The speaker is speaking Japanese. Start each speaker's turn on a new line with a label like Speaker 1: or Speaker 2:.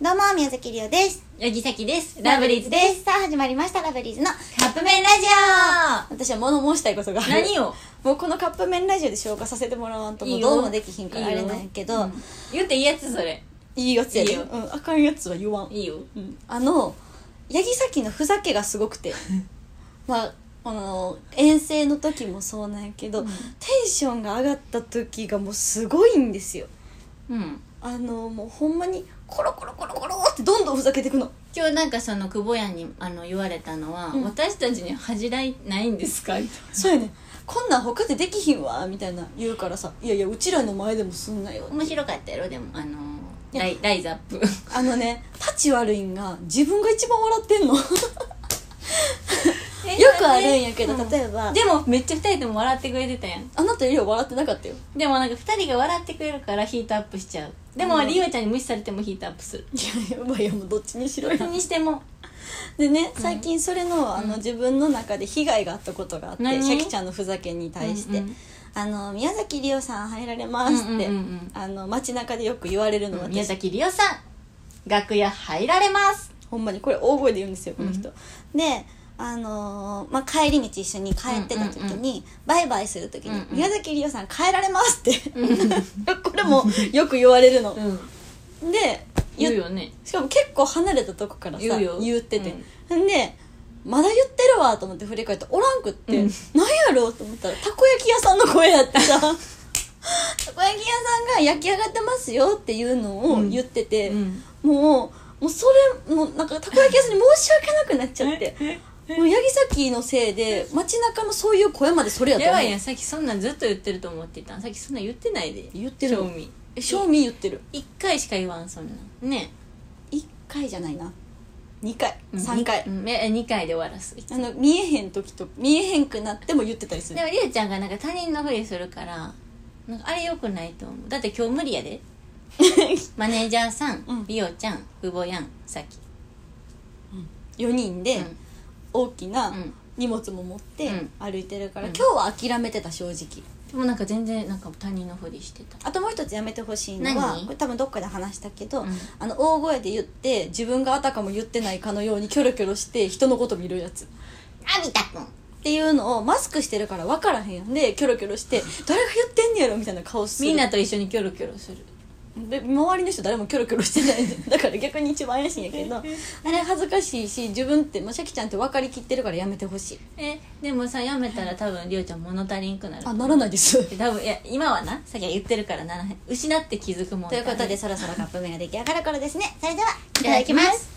Speaker 1: どうも宮崎りおです
Speaker 2: よぎさきです。ラブリーズです。
Speaker 1: すさあ始まりましたラブリーズの
Speaker 2: カップ麺ラジ
Speaker 1: 私は物申したいことがある
Speaker 2: 何を
Speaker 1: もうこのカップ麺ラジオで消化させてもらわんとも
Speaker 2: いういよ
Speaker 1: どうもできひんからあれなんやけど
Speaker 2: うん言っていいやつそれ。
Speaker 1: いいやつやで
Speaker 2: いいよ
Speaker 1: うん、あかんやつは言わん
Speaker 2: いいよ。
Speaker 1: うんあの八木崎のふざけがすごく てまあこの遠征の時もそうなんやけど、
Speaker 2: うん
Speaker 1: テンションが上がった時がもうすごいんですよ
Speaker 2: うん。
Speaker 1: あのもうほんまにコロコロコロコロってどんどんふざけてくの
Speaker 2: 今日なんかその久保屋にあの言われたのは、
Speaker 1: うん
Speaker 2: 私たちに恥じらいないんですかって
Speaker 1: そうやねんこんなん他でできひんわみたいな言うからさ「いやいやうちらの前でもすんなよ」
Speaker 2: 面白かったやろでもあの
Speaker 1: いや
Speaker 2: ライライズア ップ
Speaker 1: あのねタチ悪いんが自分が一番笑ってんのよ くあるんやけど、
Speaker 2: うん
Speaker 1: 例えば
Speaker 2: でもめっちゃ二人とも笑ってくれてたやん
Speaker 1: あなたよりは笑ってなかったよ
Speaker 2: でもなんか二人が笑ってくれるからヒートアップしちゃうでも、
Speaker 1: うん
Speaker 2: りおちゃんに無視されてもヒートアップする
Speaker 1: いややばいやもうどっちにしろや
Speaker 2: にしても
Speaker 1: でね最近それの,、あの自分の中で被害があったことがあって、
Speaker 2: 何
Speaker 1: シャキちゃんのふざけに対して「
Speaker 2: うんうん
Speaker 1: あの宮崎りおさん入られます」って、
Speaker 2: うんうんうんうん
Speaker 1: あの街中でよく言われるの私、
Speaker 2: 宮崎りおさん楽屋入られます
Speaker 1: ほんまにこれ大声で言うんですよこの人、であのーまあ、帰り道一緒に帰ってた時に、
Speaker 2: うんうん
Speaker 1: バイバイする時に「
Speaker 2: うんうん
Speaker 1: 宮崎りおさん帰られます」って これもよく言われるの、
Speaker 2: ん
Speaker 1: で
Speaker 2: 言
Speaker 1: 言
Speaker 2: う
Speaker 1: っ
Speaker 2: よね
Speaker 1: しかも結構離れたとこからさ
Speaker 2: 言うよ
Speaker 1: ってて、ん、でまだ言ってるわと思って振り返っておらんくって、
Speaker 2: うん
Speaker 1: なんやろうと思ったらたこ焼き屋さんの声やってさ たこ焼き屋さんが焼き上がってますよっていうのを言ってて、
Speaker 2: うん
Speaker 1: もうもうそれもうなんかたこ焼き屋さんに申し訳なくなっちゃってもう八木崎のせいで街中のそういう声までそれやと
Speaker 2: や
Speaker 1: 思う
Speaker 2: ばいやんさっきそんなんずっと言ってると思ってたんさっきそんなん言ってないで
Speaker 1: 言ってる
Speaker 2: 正味
Speaker 1: え正味言ってる
Speaker 2: 一回しか言わんそんなんね
Speaker 1: 1回じゃないな2回3回、
Speaker 2: うんええ二回で終わらす
Speaker 1: あの見えへん時と見えへんくなっても言ってたりする
Speaker 2: でもりゅうちゃんがなんか他人のふりするからなんかあれよくないと思うだって今日無理やで マネージャーさ
Speaker 1: うん
Speaker 2: んりお、ちゃん久保やんさっき
Speaker 1: 4人で
Speaker 2: うん
Speaker 1: 大きな
Speaker 2: うん
Speaker 1: 荷物も持って
Speaker 2: うん
Speaker 1: 歩いてるから、
Speaker 2: うん
Speaker 1: 今日は諦めてた正直
Speaker 2: でもなんか全然なんか他人のふりしてた
Speaker 1: あともう一つやめてほしいのは
Speaker 2: 何
Speaker 1: これ多分どっかで話したけど、
Speaker 2: うん
Speaker 1: あの大声で言って自分があたかも言ってないかのようにキョロキョロして人のこと見るやつっ
Speaker 2: あびたくん
Speaker 1: ていうのをマスクしてるから分からへんやんでキョロキョロして誰が言ってんねやろみたいな顔する
Speaker 2: みんなと一緒にキョロキョロする
Speaker 1: で周りの人誰もキョロキョロしてないんで だから逆に一番怪しいんやけどあれ恥ずかしいし自分ってもうシャキちゃんって分かりきってるからやめてほしい
Speaker 2: えでもさやめたら多分りおちゃん物足りんくなる
Speaker 1: あならないです
Speaker 2: で多分いや今はなさっきは言ってるからならへん失って気づく もん
Speaker 1: ということでそ
Speaker 2: さ
Speaker 1: ろそろカップ麺が出来上がる頃ですねそれではい
Speaker 2: い
Speaker 1: た
Speaker 2: た
Speaker 1: だ
Speaker 2: だ
Speaker 1: き
Speaker 2: き
Speaker 1: ま
Speaker 2: ますす